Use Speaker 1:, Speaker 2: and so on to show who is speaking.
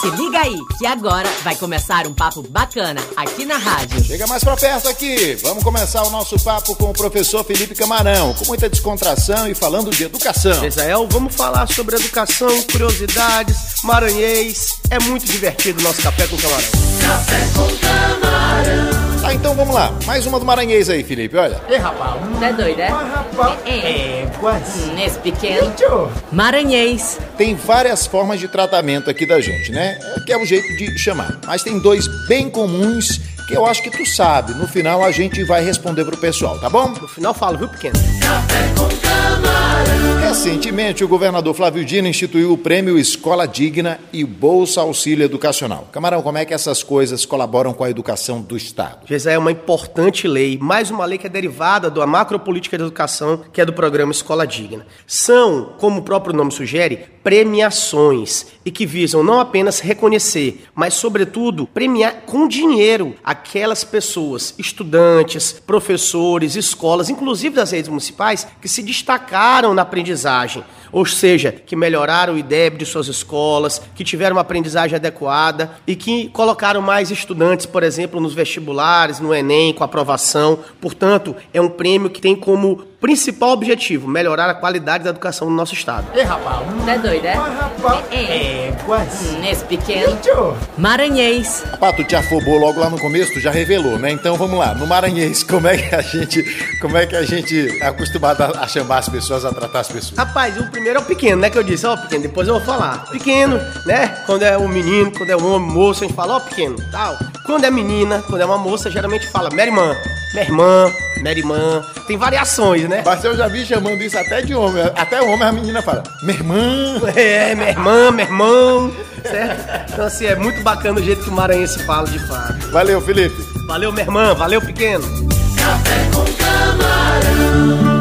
Speaker 1: Se liga aí, que agora vai começar um papo bacana aqui na rádio.
Speaker 2: Chega mais pra perto aqui. Vamos começar o nosso papo com o professor Felipe Camarão, com muita descontração e falando de educação.
Speaker 3: Israel, vamos falar sobre educação, curiosidades, maranhês. É muito divertido o nosso café com camarão.
Speaker 2: Tá, então vamos lá. Mais uma do Maranhês aí, Felipe, olha.
Speaker 3: Ei, rapaz.
Speaker 1: Tá doido, é?
Speaker 3: rapaz.
Speaker 1: É,
Speaker 3: quase.
Speaker 1: Hum, Esse pequeno. Maranhês.
Speaker 2: Tem várias formas de tratamento aqui da gente, né? É Que é o jeito de chamar. Mas tem dois bem comuns que eu acho que tu sabe. No final a gente vai responder pro pessoal, tá bom?
Speaker 3: No final falo, viu, pequeno?
Speaker 2: Recentemente, o governador Flávio Dino instituiu o prêmio Escola Digna e Bolsa Auxílio Educacional. Camarão, como é que essas coisas colaboram com a educação do Estado?
Speaker 3: Pois é uma importante lei, mais uma lei que é derivada da macropolítica de educação, que é do programa Escola Digna. São, como o próprio nome sugere, premiações e que visam não apenas reconhecer, mas sobretudo premiar com dinheiro aquelas pessoas, estudantes, professores, escolas, inclusive das redes municipais, que se destacaram na aprendizagem, ou seja, que melhoraram o IDEB de suas escolas, que tiveram uma aprendizagem adequada e que colocaram mais estudantes, por exemplo, nos vestibulares, no Enem, com aprovação. Portanto, é um prêmio que tem como principal objetivo melhorar a qualidade da educação no nosso estado.
Speaker 1: Tá doido, é? É, Hum, Esse pequeno. Maranhês.
Speaker 2: Pá, tu te afobou logo lá no começo, tu já revelou, né? Então vamos lá, no Maranhês, como é que a gente, como é que a gente é acostumado a, a chamar as pessoas, a tratar as pessoas?
Speaker 3: Rapaz, o primeiro é o pequeno, né? Que eu disse, ó, pequeno, depois eu vou falar. Pequeno, né? Quando é um menino, quando é um homem, moço, a gente fala, ó, pequeno, tal. Quando é menina, quando é uma moça, geralmente fala, minha irmã, minha irmã, minha irmã. Tem variações, né?
Speaker 2: Mas eu já vi chamando isso até de homem, até homem a menina fala, minha irmã,
Speaker 3: É, minha irmã, meu irmão, certo? Então, assim, é muito bacana o jeito que o maranhense fala de fato.
Speaker 2: valeu Felipe.
Speaker 3: Valeu, minha irmã, valeu, pequeno.
Speaker 4: Café com camarão.